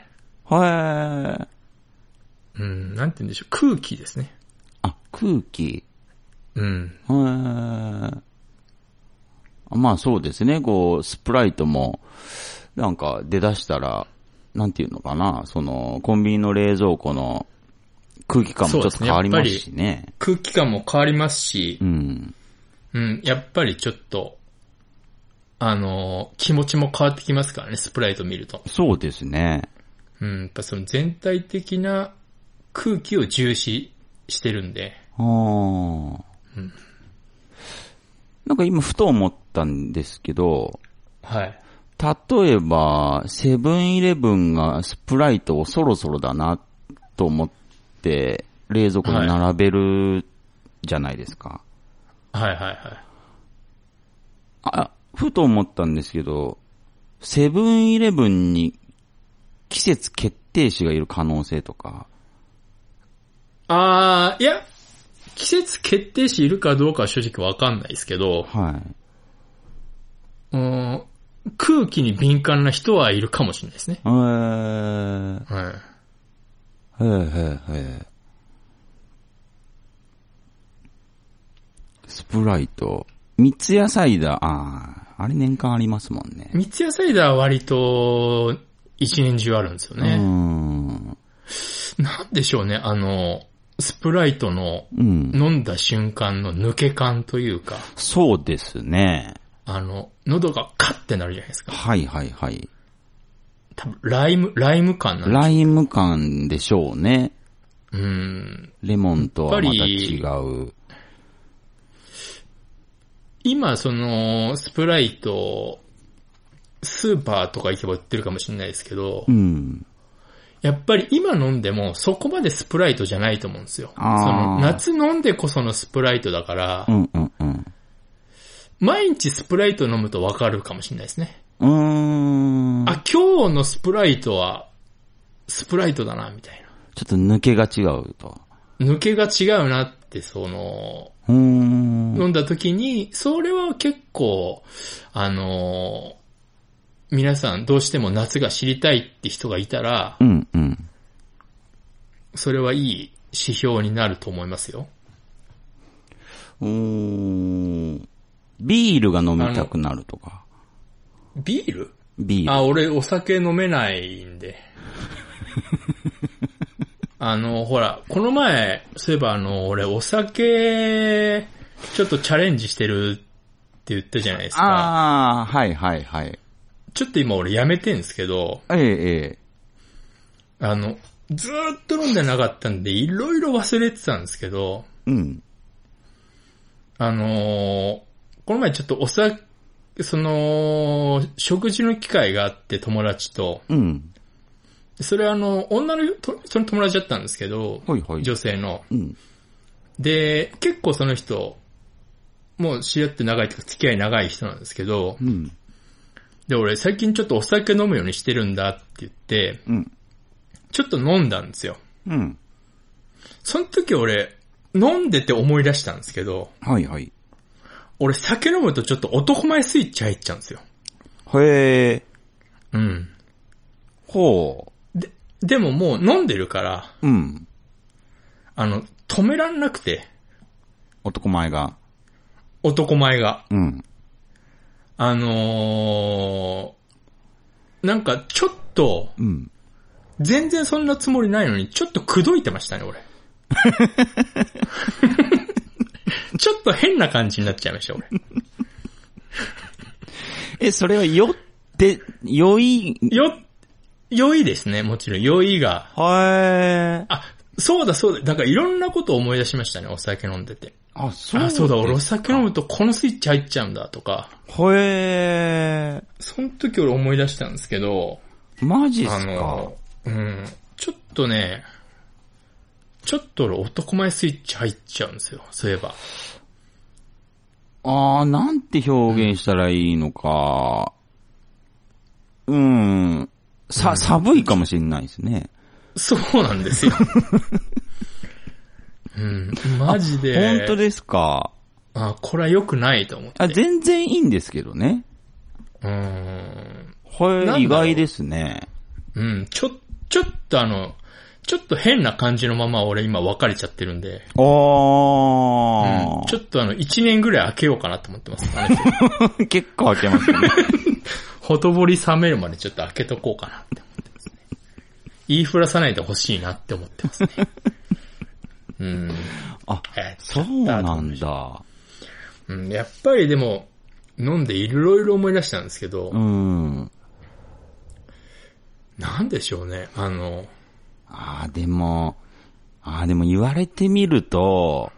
え。うん、なんて言うんでしょう。空気ですね。あ、空気。うん。へーまあそうですね、こう、スプライトも、なんか出だしたら、なんていうのかな、その、コンビニの冷蔵庫の空気感もちょっと変わりますしね。空気感も変わりますしう、ん。うん、やっぱりちょっと、あの、気持ちも変わってきますからね、スプライト見ると。そうですね。うん、やっぱその全体的な空気を重視してるんで。あーなんか今ふと思ったんですけど、はい。例えば、セブンイレブンがスプライトをそろそろだなと思って、冷蔵庫に並べるじゃないですか。はいはいはい。あ、ふと思ったんですけど、セブンイレブンに季節決定士がいる可能性とか、あー、いや、季節決定士いるかどうかは正直わかんないですけど、はうい。ん、空気に敏感な人はいるかもしれないですね。えー、うん。へーへーへースプライト。三ツ矢サイダー、あーあれ年間ありますもんね。三ツ矢サイダーは割と一年中あるんですようーね。ん。なんでしょうね、あの、スプライトのうん。飲んだ瞬間の抜け感というか、そうですね。あの、喉がカッてなるじゃないですか。はいはいはい。多分ライム、ライム感なんでライム感でしょうね。うん。レモンとはまたやっぱ違りう。今、その、スプライト、スーパーとか行けば売ってるかもしれないですけど、うん。やっぱり今飲んでもそこまでスプライトじゃないと思うんですよ。そあーの夏飲んでこそのスプライトだからう、んうんうん。毎日スプライト飲むとわかるかもしれないですね。うーん。あ、今日のスプライトは、スプライトだな、みたいちょっと抜けが違うと。な。抜けが違うなって、その、うーん。飲んだ時に、それは結構、あのー皆さんどうしても夏が知りたいって人がいたらう、んうん。それはいい指標になると思いますよ。うーん。ビールが飲みたくなるとか。ビールビーあ、ル。俺お酒飲めないんで。あの、ほら、この前、そういえばあの、俺お酒、ちょっとチャレンジしてるって言ったじゃないですか。ああ、はいはいはい。ちょっと今俺やめてんですけど、ええええ。あの、ずーっと飲んでなかったんで、いろいろ忘れてたんですけど、うん。あのーこの前ちょっとお酒、その、食事の機会があって友達と、うん。それはあの、女のと、その友達だったんですけど、はいはい。女性の。うん。で、結構その人、もう知り合って長いとか付き合い長い人なんですけどう、ん。で、俺最近ちょっとお酒飲むようにしてるんだって言って、うん。ちょっと飲んだんですよ。うん。その時俺、飲んでて思い出したんですけど、はいはい。俺酒飲むとちょっと男前スイッチ入っちゃうんですよ。へえ。うん。ほで、でももう飲んでるから、う。うん。あの、止めらんなくて、男前が。男前が。うん。あのー、なんかちょっと、うん。全然そんなつもりないのに、ちょっと口説いてましたね、 俺。ちょっと変な感じになっちゃいました、俺。え、それは酔って、酔い、よ、酔いですね、もちろん。酔いが。はあ、そうだそうだ。なんかいろんなことを思い出しましたね、お酒飲んでて。ー。あ、そあ、そうだ、俺おは酒飲むとこのスイッチ入っちゃうんだ、とか。えその時俺思い出したんですけど、ー。マジっすあかの、うん、ちょっとね、ちょっと俺男前スイッチ入っちゃうんですよ、そういえば。あー、なんて表現したらいいのか。うん。さ、寒いかもしれないですね。そうなんです よ。うん、マジで。本当ですか。あ、これは良くないと思って。あ、全然いいんですけどね。うん。なんだはろいう意外ですね。うん、ちょ、ちょっとあの、ちょっと変な感じのまま俺今別れちゃってるんで、あうんー。ちょっとあの、一年ぐらい開けようかなと思ってます。あの結構開 けますね。ほとぼり冷めるまでちょっと開けとこうかなって思ってますね。言いふらさないでほしいなって思って ますね。うん。あ、えそうなんだ。うん、やっぱりでも、飲んでいろいろ思い出したんですけど、うん。なんでしょうね。あの、ああ、でも、ああ、でも言われてみると、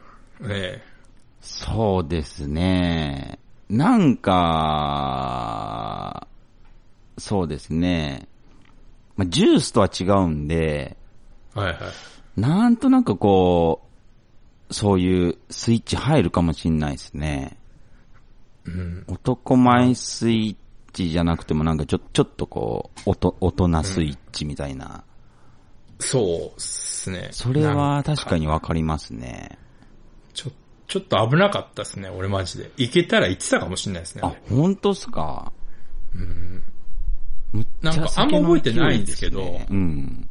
えそうですね。なんか、そうですね。まあ、ジュースとは違うんで、えはいはい。なんとなくこう、そういうスイッチ入るかもしんないですね。うん。男前スイッチじゃなくてもなんかちょ、ちょっとこう、おと、大人スイッチみたいな。そうっすね。それなんは確かにわかりますね。ちょ、ちょっと危なかったですね、俺マジで。行けたら行ってたかもしれないですね。ああれ、本当っすか。むっちゃなんかあんま覚えてないんですけど酒の勢いですねうん。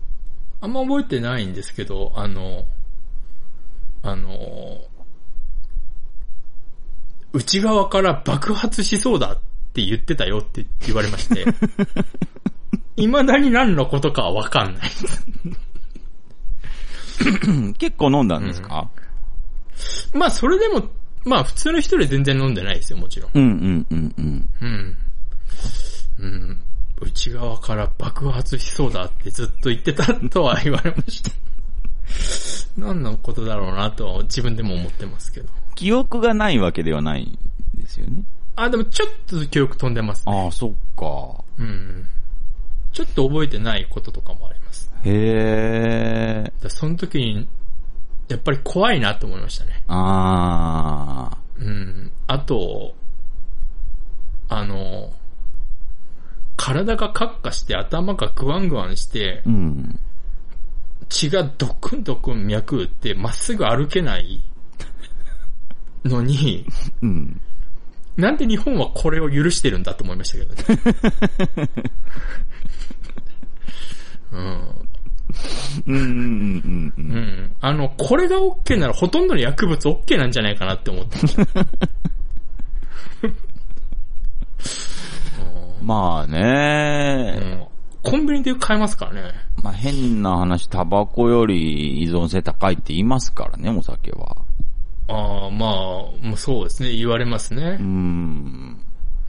あんま覚えてないんですけど、あの、あの、内側から爆発しそうだって言ってたよって言われまして、未だに何のことかはわかんない。うん結構飲んだんですか、まあそれでも、まあ普通の人で全然飲んでないですよ、もちろん。うん、うんうんうんうん。うん。内側から爆発しそうだってずっと言ってたとは言われました。何のことだろうなとは自分でも思ってますけど。記憶がないわけではないんですよね。あ、でもちょっと記憶飛んでますね。ああ、そっか。うん。ちょっと覚えてないこととかもあります。だかへえ。らその時に、やっぱり怖いなと思いましたね。ああ。うん。あと、あの、体がカッカして頭がグワングワンして、うん。血がドクンドクン脈打ってまっすぐ歩けないのに、うん。なんで日本はこれを許してるんだと思いましたけどね。うんうんうんうんう。うんん、あの、これが OK ならほとんどの薬物 OK なんじゃないかなって思ってました。まあうね、んコンビニで買えますからね。まあ変な話、タバコより依存性高いって言いますからね、お酒は。ああ、まあ、もうそうですね。言われますねう。ん。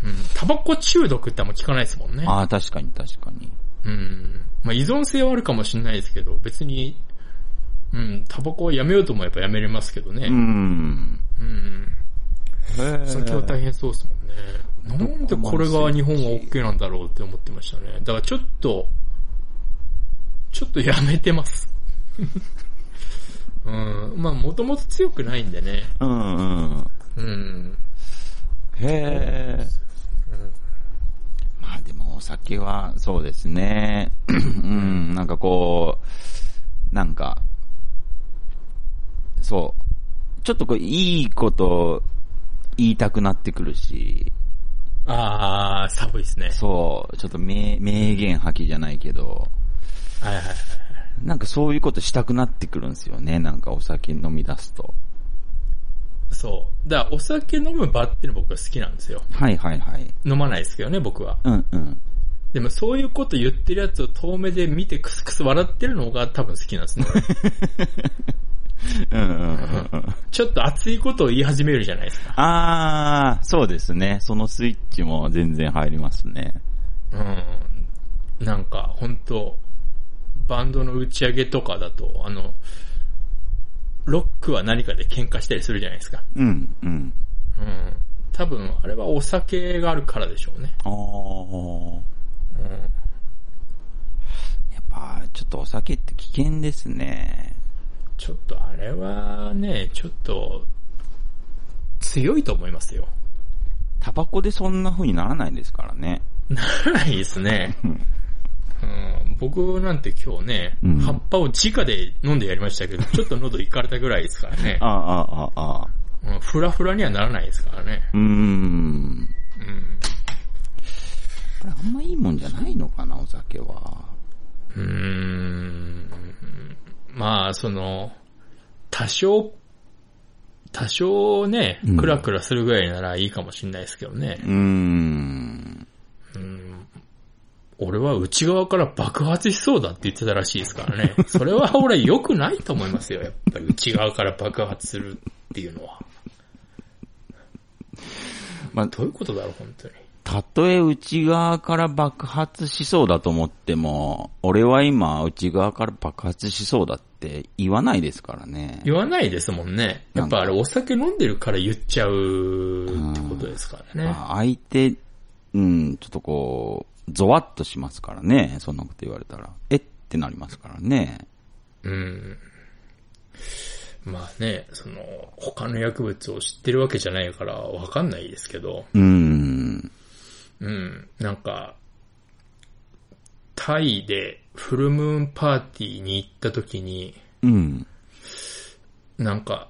うんタバコ中毒ってあんま聞かないですもんね。ああ、確かに確かに。うん。まあ依存性はあるかもしれないですけど、別に、うん、タバコをやめようと思えばやめれますけどね。うん。うん。へえ先は大変そうですもんね。なんでこれが日本は OK なんだろうって思ってましたね。だからちょっと、ちょっとやめてます。 うん。まあもともと強くないんでね。うんうん。うん。へえ。まあでもお酒は、そうですね。 うん、なんかこう、なんか、そう。ちょっとこう、いいこと言いたくなってくるし、あー、寒いですね。そう、ちょっと名名言吐きじゃないけど、はいはいはい。なんかそういうことしたくなってくるんですよね、なんかお酒飲み出すと。そう。だからお酒飲む場っていうの僕は好きなんですよ。はいはいはい。飲まないですけどね、僕は。うんうん。でもそういうこと言ってるやつを遠目で見てクスクス笑ってるのが多分好きなんですね。うんうんうんうん。ちょっと熱いことを言い始めるじゃないですか。あー、そうですね。そのスイッチも全然入りますね。うん。なんか、本当バンドの打ち上げとかだと、あの、ロックは何かで喧嘩したりするじゃないですか。うんうん。うん。多分、あれはお酒があるからでしょうね。あー。うん。やっぱ、ちょっとお酒って危険ですね。ちょっとあれはね、ちょっと、強いと思いますよ。 タバコでそんな風にならないですからね。ならないですね。うん、僕なんて今日ね、うん葉っぱを直で飲んでやりましたけど、ちょっと喉いかれたぐらいですからねあ。あ、ああ、ああ。うんフラフラにはならないですからね。うーん。うん。これあんまいいもんじゃないのかな、お酒は。うーん。まあ、その、多少、多少ねう、んクラクラするぐらいならいいかもしれないですけどね。うーん。うん俺は内側から爆発しそうだって言ってたらしいですから ね。それは俺良くないと思いますよ。やっぱり内側から爆発するっていうのは。まあ、どういうことだろう、本当に。たとえ内側から爆発しそうだと思っても、俺は今内側から爆発しそうだって言わないですからね。言わないですもんね。やっぱあれお酒飲んでるから言っちゃうってことですからね。まあ相手、うん、ちょっとこう、ゾワッとしますからね。そんなこと言われたら。えってなりますからね。うん。まあね、その、他の薬物を知ってるわけじゃないからわかんないですけど。うーん。うん、なんか、タイでフルムーンパーティーに行った時に、うん。なんか、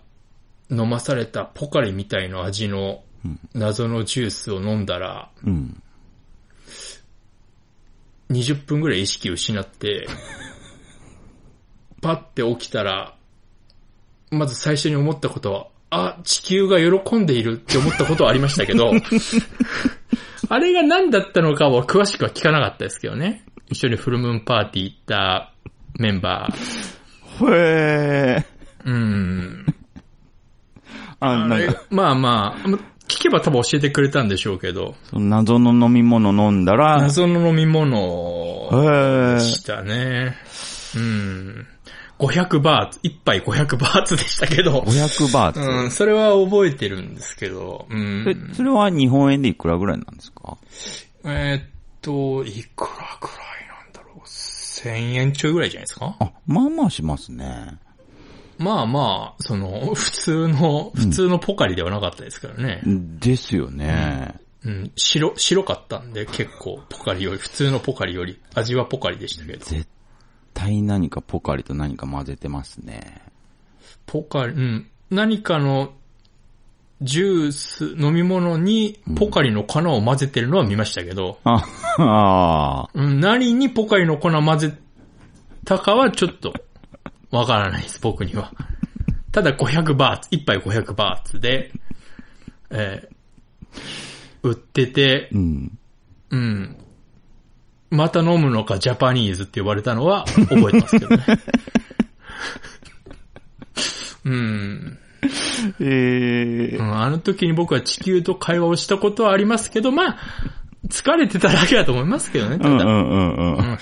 飲まされたポカリみたいな味のうん謎のジュースを飲んだら、うん。 20分ぐらい意識失 って、パッて起きたら、まず最初に思ったことは、あ、地球が喜んでいるって思ったことはありましたけ ど、あれが何だったのかは詳しくは聞かなかったですけどね。一緒にフルムーンパーティー行ったメンバー。へー。うん。あ、あなんれか、まあまあ、聞けば多分教えてくれたんでしょうけど、その謎の飲み物飲んだら、謎の飲み物をへでー。したね。うん。500バーツ、一杯500バーツでしたけど、 500バーツ。うん、それは覚えてるんですけど、うえん。それは日本円でいくらぐらいなんですかえーっと、いくらくらいなんだろう。1000円ちょいぐらいじゃないですかあ、まあまあしますね。まあまあ、その、普通の、普通のポカリではなかったですからね。ですよね。うん、白、白かったんで結構、ポカリより、普通のポカリより、味はポカリでしたけど。絶対何かポカリと何か混ぜてますね。ポカリ、うん。何かのジュース、飲み物にポカリの粉を混ぜてるのは見ましたけど、あ、あうん、何にポカリの粉混ぜたかはちょっとわからないです、 僕には。ただ500バーツ、一杯500バーツで、えー売っててー。う、ん。うん。また飲むのかジャパニーズって呼ばれたのは覚えてますけどね。うん。えーうん、あの時に僕は地球と会話をしたことはありますけど、まあ、疲れてただけだと思いますけどね、うたんうだ。んうんうん。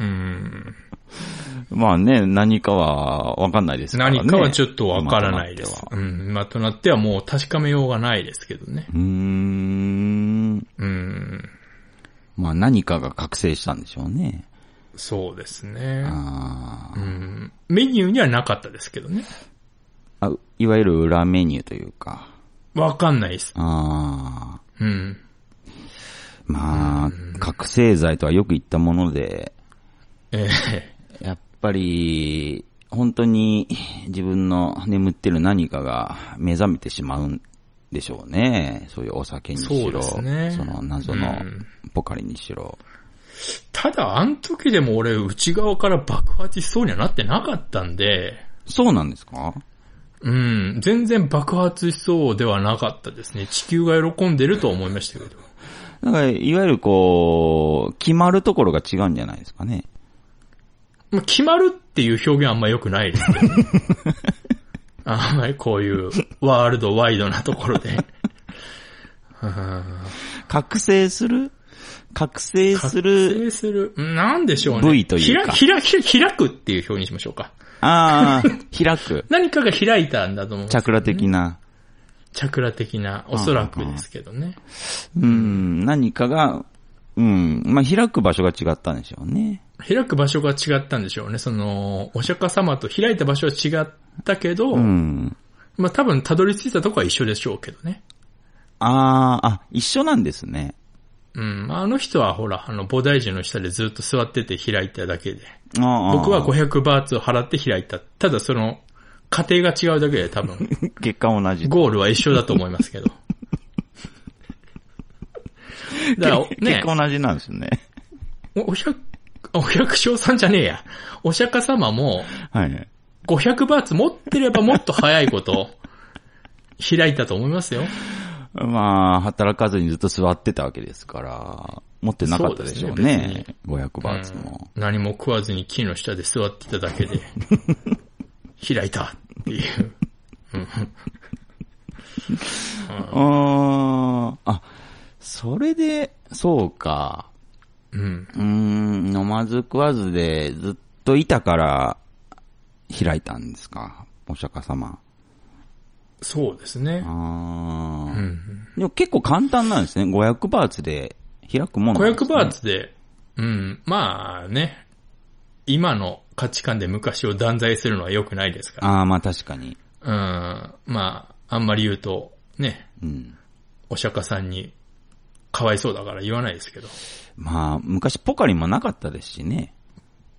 うん、まあね、何かはわかんないですからね。何かはちょっとわからないで今すと。なってうはん、今となってはもう確かめようがないですけどね。うーん。うん、まあ何かが覚醒したんでしょうね。そうですね。あうーん、メニューにはなかったですけどね。あ。いわゆる裏メニューというか。わかんないです。ああ。うん。まあ、覚醒剤とはよく言ったもので、えやっぱり、本当に自分の眠ってる何かが目覚めてしまうんでしょうね。そういうお酒にしそうろ、ですねその謎のうんポカリにしろ。えただ、あの時でも俺、内側から爆発しそうにはなってなかったんで、そうなんですかうん。全然爆発しそうではなかったですね。地球が喜んでると思いましたけど。なんか、いわゆるこう、決まるところが違うんじゃないですかね。まあ、決まるっていう表現はあんま良くないですけ どねあんまりこういうワールドワイドなところ で。うん覚醒する覚醒する、覚醒する。なんでしょうね。部位というかひら、ひら、ひら開くっていう表にしましょうか。ああ、開く。何かが開いたんだと思う。チャクラ的な。チャクラ的な、おそらくですけどね。うん、何かが、うん、まあ、開く場所が違ったんでしょうね。開く場所が違ったんでしょうね。その、お釈迦様と開いた場所は違ったけど、うん。まあ多分たどり着いたとこは一緒でしょうけどね。ああ、あ、一緒なんですね。うん。あの人はほら、あの、菩提樹の下でずっと座ってて開いただけで。ああ僕は500バーツを払って開いた。ただその、過程が違うだけで多 分、結果同じ。ゴールは一緒だと思いますけ ど。だから、ね結、果同じなんですね。 おお百、お百姓さんじゃねえや。お釈迦様も、はい。 500バーツ持ってればもっと早いこと、開いたと思いますよ。まあ、働かずにずっと座ってたわけですから、持ってなかったでしょうそうですね。500バーツも。うん何も食わずに木の下で座ってただけ で、開いたっていう。ああ、あ、それで、そうか。うん。うーん、飲まず食わずでずっといたから、開いたんですか。お釈迦様。そうですね。うああ。ん、でも結構簡単なんですね。500バーツで開くものなんです500ね、バーツで、うん、まあね、今の価値観で昔を断罪するのは良くないですかああ、まあ確かに。ら。うん、まあ、あんまり言うと、ね、うん。お釈迦さんに、かわいそうだから言わないですけど。まあ、昔ポカリもなかったですしね。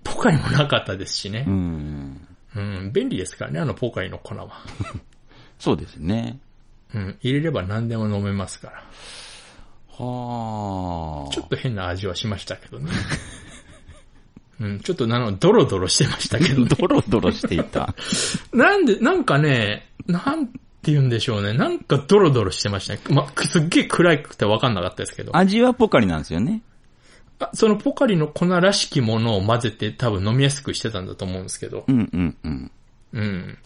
ポカリもなかったですしねう。ん。うん、便利ですからね、あのポカリの粉は。そうですね。うん、入れれば何でも飲めますから。はあ。ちょっと変な味はしましたけ どね。うん、ちょっとなの、ドロドロしてましたけど、ね、ドロドロしていた。なんで、なんかね、なんて言うんでしょうね。なんかドロドロしてましたね。ま、すっげえ暗くてわかんなかったですけど。 味はポカリなんですよね。あそのポカリの粉らしきものを混ぜて多分飲みやすくしてたんだと思うんですけどう。んうんうん。うん。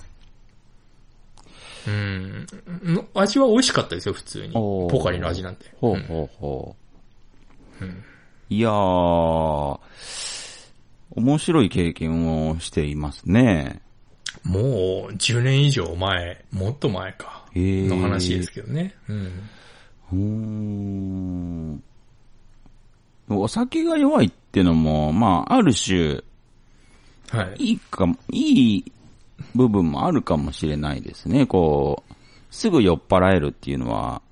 うん。の味は美味しかったですよ、普通に。おーポカリの味なんて。うほうんほうほう。いやー、面白い経験をしていますね。もう10年以上前、もっと前か。へーの話ですけどね。うん。うーん。お酒が弱いってのも、まあ、ある種、はい。いいかも、いい部分もあるかもしれないですね。こう、すぐ酔っ払えるっていうのは、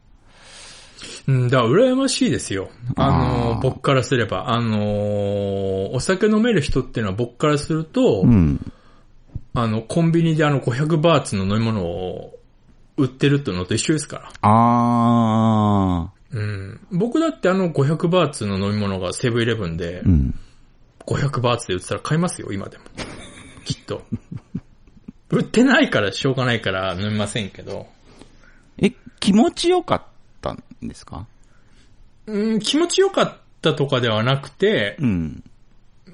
うん、だから羨ましいですよ。あのあーー、僕からすれば。あのー、お酒飲める人っていうのは僕からすると、うん。あの、コンビニであの500バーツの飲み物を売ってるってのと一緒ですから。あうん。僕だってあの500バーツの飲み物がセブンイレブンでー、う、ん。 500バーツで売ってたら買いますよ、今でも。きっと。 売ってないからしょうがないから飲みませんけど。え、気持ちよかったんですかうん、気持ちよかったとかではなくてう、ん。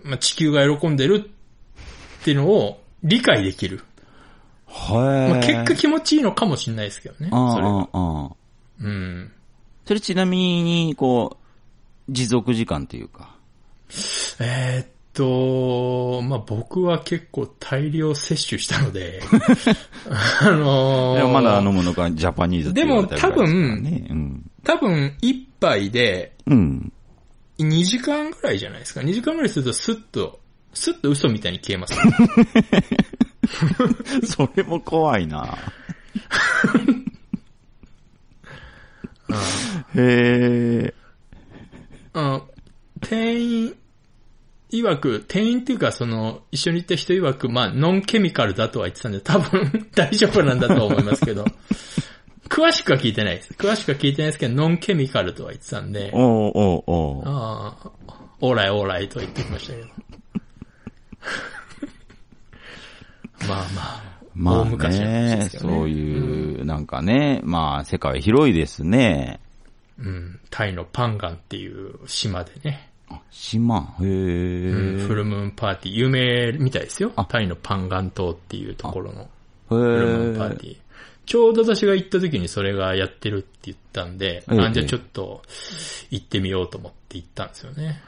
まあ、地球が喜んでるっていうのを理解できる。はい。まあ、結果気持ちいいのかもしれないですけどね。それああ、ああ。うん。それちなみに、こう、持続時間というか。えーっと、まあ、僕は結構大量摂取したの で、あのーでもまだ飲むのがジャパニーズって言われたりとかでも多分ですからね、多分一杯でうん。うん。 2時間ぐらいじゃないですか。2時間ぐらいするとスッと、スッと嘘みたいに消えます、 それも怖いな。へえ。うん店員、曰く、店員っていうかその、一緒に行った人曰く、まあ、ノンケミカルだとは言ってたんで、多分 大丈夫なんだとは思いますけど、詳しくは聞いてないです。詳しくは聞いてないですけど、ノンケミカルとは言ってたんで、おうおうおうああ、オーライオーライ とは言ってきましたけど。まあまあ、まあ大昔の話でね、すけどね。そういう、なんかね、まあ世界広いですね。うん。タイのパンガンっていう島でね。あ島、へえ、うんフルムーンパーティー、有名みたいですよあ。タイのパンガン島っていうところのフルムーンパーへティー。ちょうど私が行った時にそれがやってるって言ったんで、ええあ、じゃあちょっと行ってみようと思って行ったんですよね。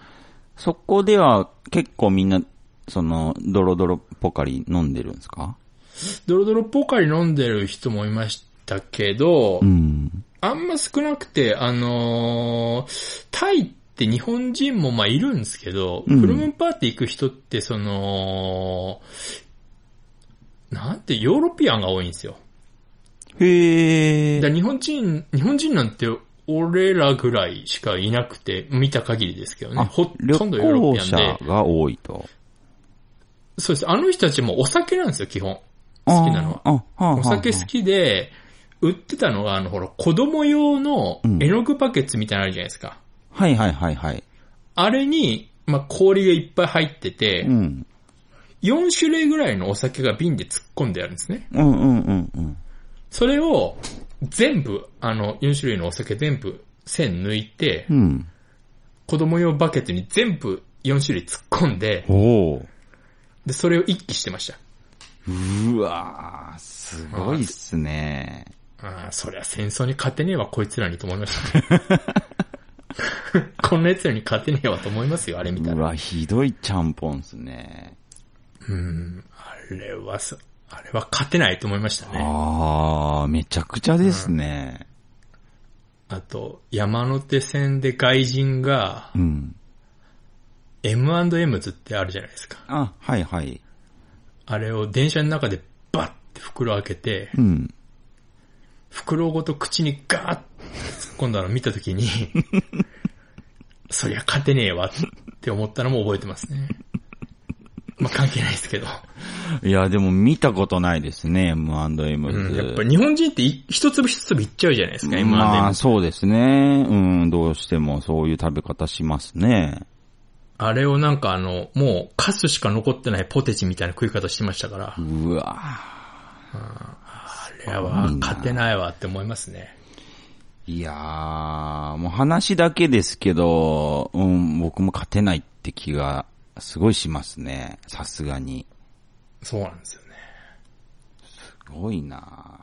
そこでは結構みんな、その、ドロドロポカリ飲んでるんですかドロドロポカリ飲んでる人もいましたけど、うん。あんま少なくて、あのータイって日本人もまあいるんですけど、うんフルムーンパーティー行く人ってその、なんてヨーロピアンが多いんですよ。へえ。だから日本人、日本人なんて俺らぐらいしかいなくて、見た限りですけどね。あほ旅とんどヨーロ行ピアンで者。が多いと。そうです。あの人たちもお酒なんですよ、基本。好きなのはあー。あはあはあお酒好きで、売ってたのが、あの、ほら、子供用のうん絵の具バケツみたいなのあるじゃないですか。はいはいはいはい。あれに、まあ、氷がいっぱい入ってて、うん。 4種類ぐらいのお酒が瓶で突っ込んであるんですね。うんうんうんうん。それを、全部、あの、4種類のお酒全部、線抜いてう、ん。子供用バケツに全部4種類突っ込んで、おーで、それを一気してました。うわー、すごいっすね。ああ、そりゃ戦争に勝てねえわ、こいつらにと思いました ね。こんな奴らに勝てねえわと思いますよ、あれみたいうな。わ、ひどいちゃんぽんっすね。うん、あれはす、あれは勝てないと思いましたね。あー、めちゃくちゃですね。あと、山手線で外人がうん。 M&M ズってあるじゃないですか。あ、はいはい。あれを電車の中でバッて袋開けて、うん。袋ごと口にガーッて突っ込んだのを見たとき に、そりゃ勝てねえわって思ったのも覚えてますね。まあ関係ないですけど。いや、でも見たことないですね、M&M うん、ズ。やっぱ日本人ってい一粒一粒いっちゃうじゃないですか、今ままあ、で。そうですね。うん、どうしてもそういう食べ方しますね。あれをなんかあの、もうカスしか残ってないポテチみたいな食い方してましたから、うわあれは勝てないわって思いますね。いやー、もう話だけですけど、うん、僕も勝てないって気がすごいしますね。さすがに。そうなんですよね。すごいな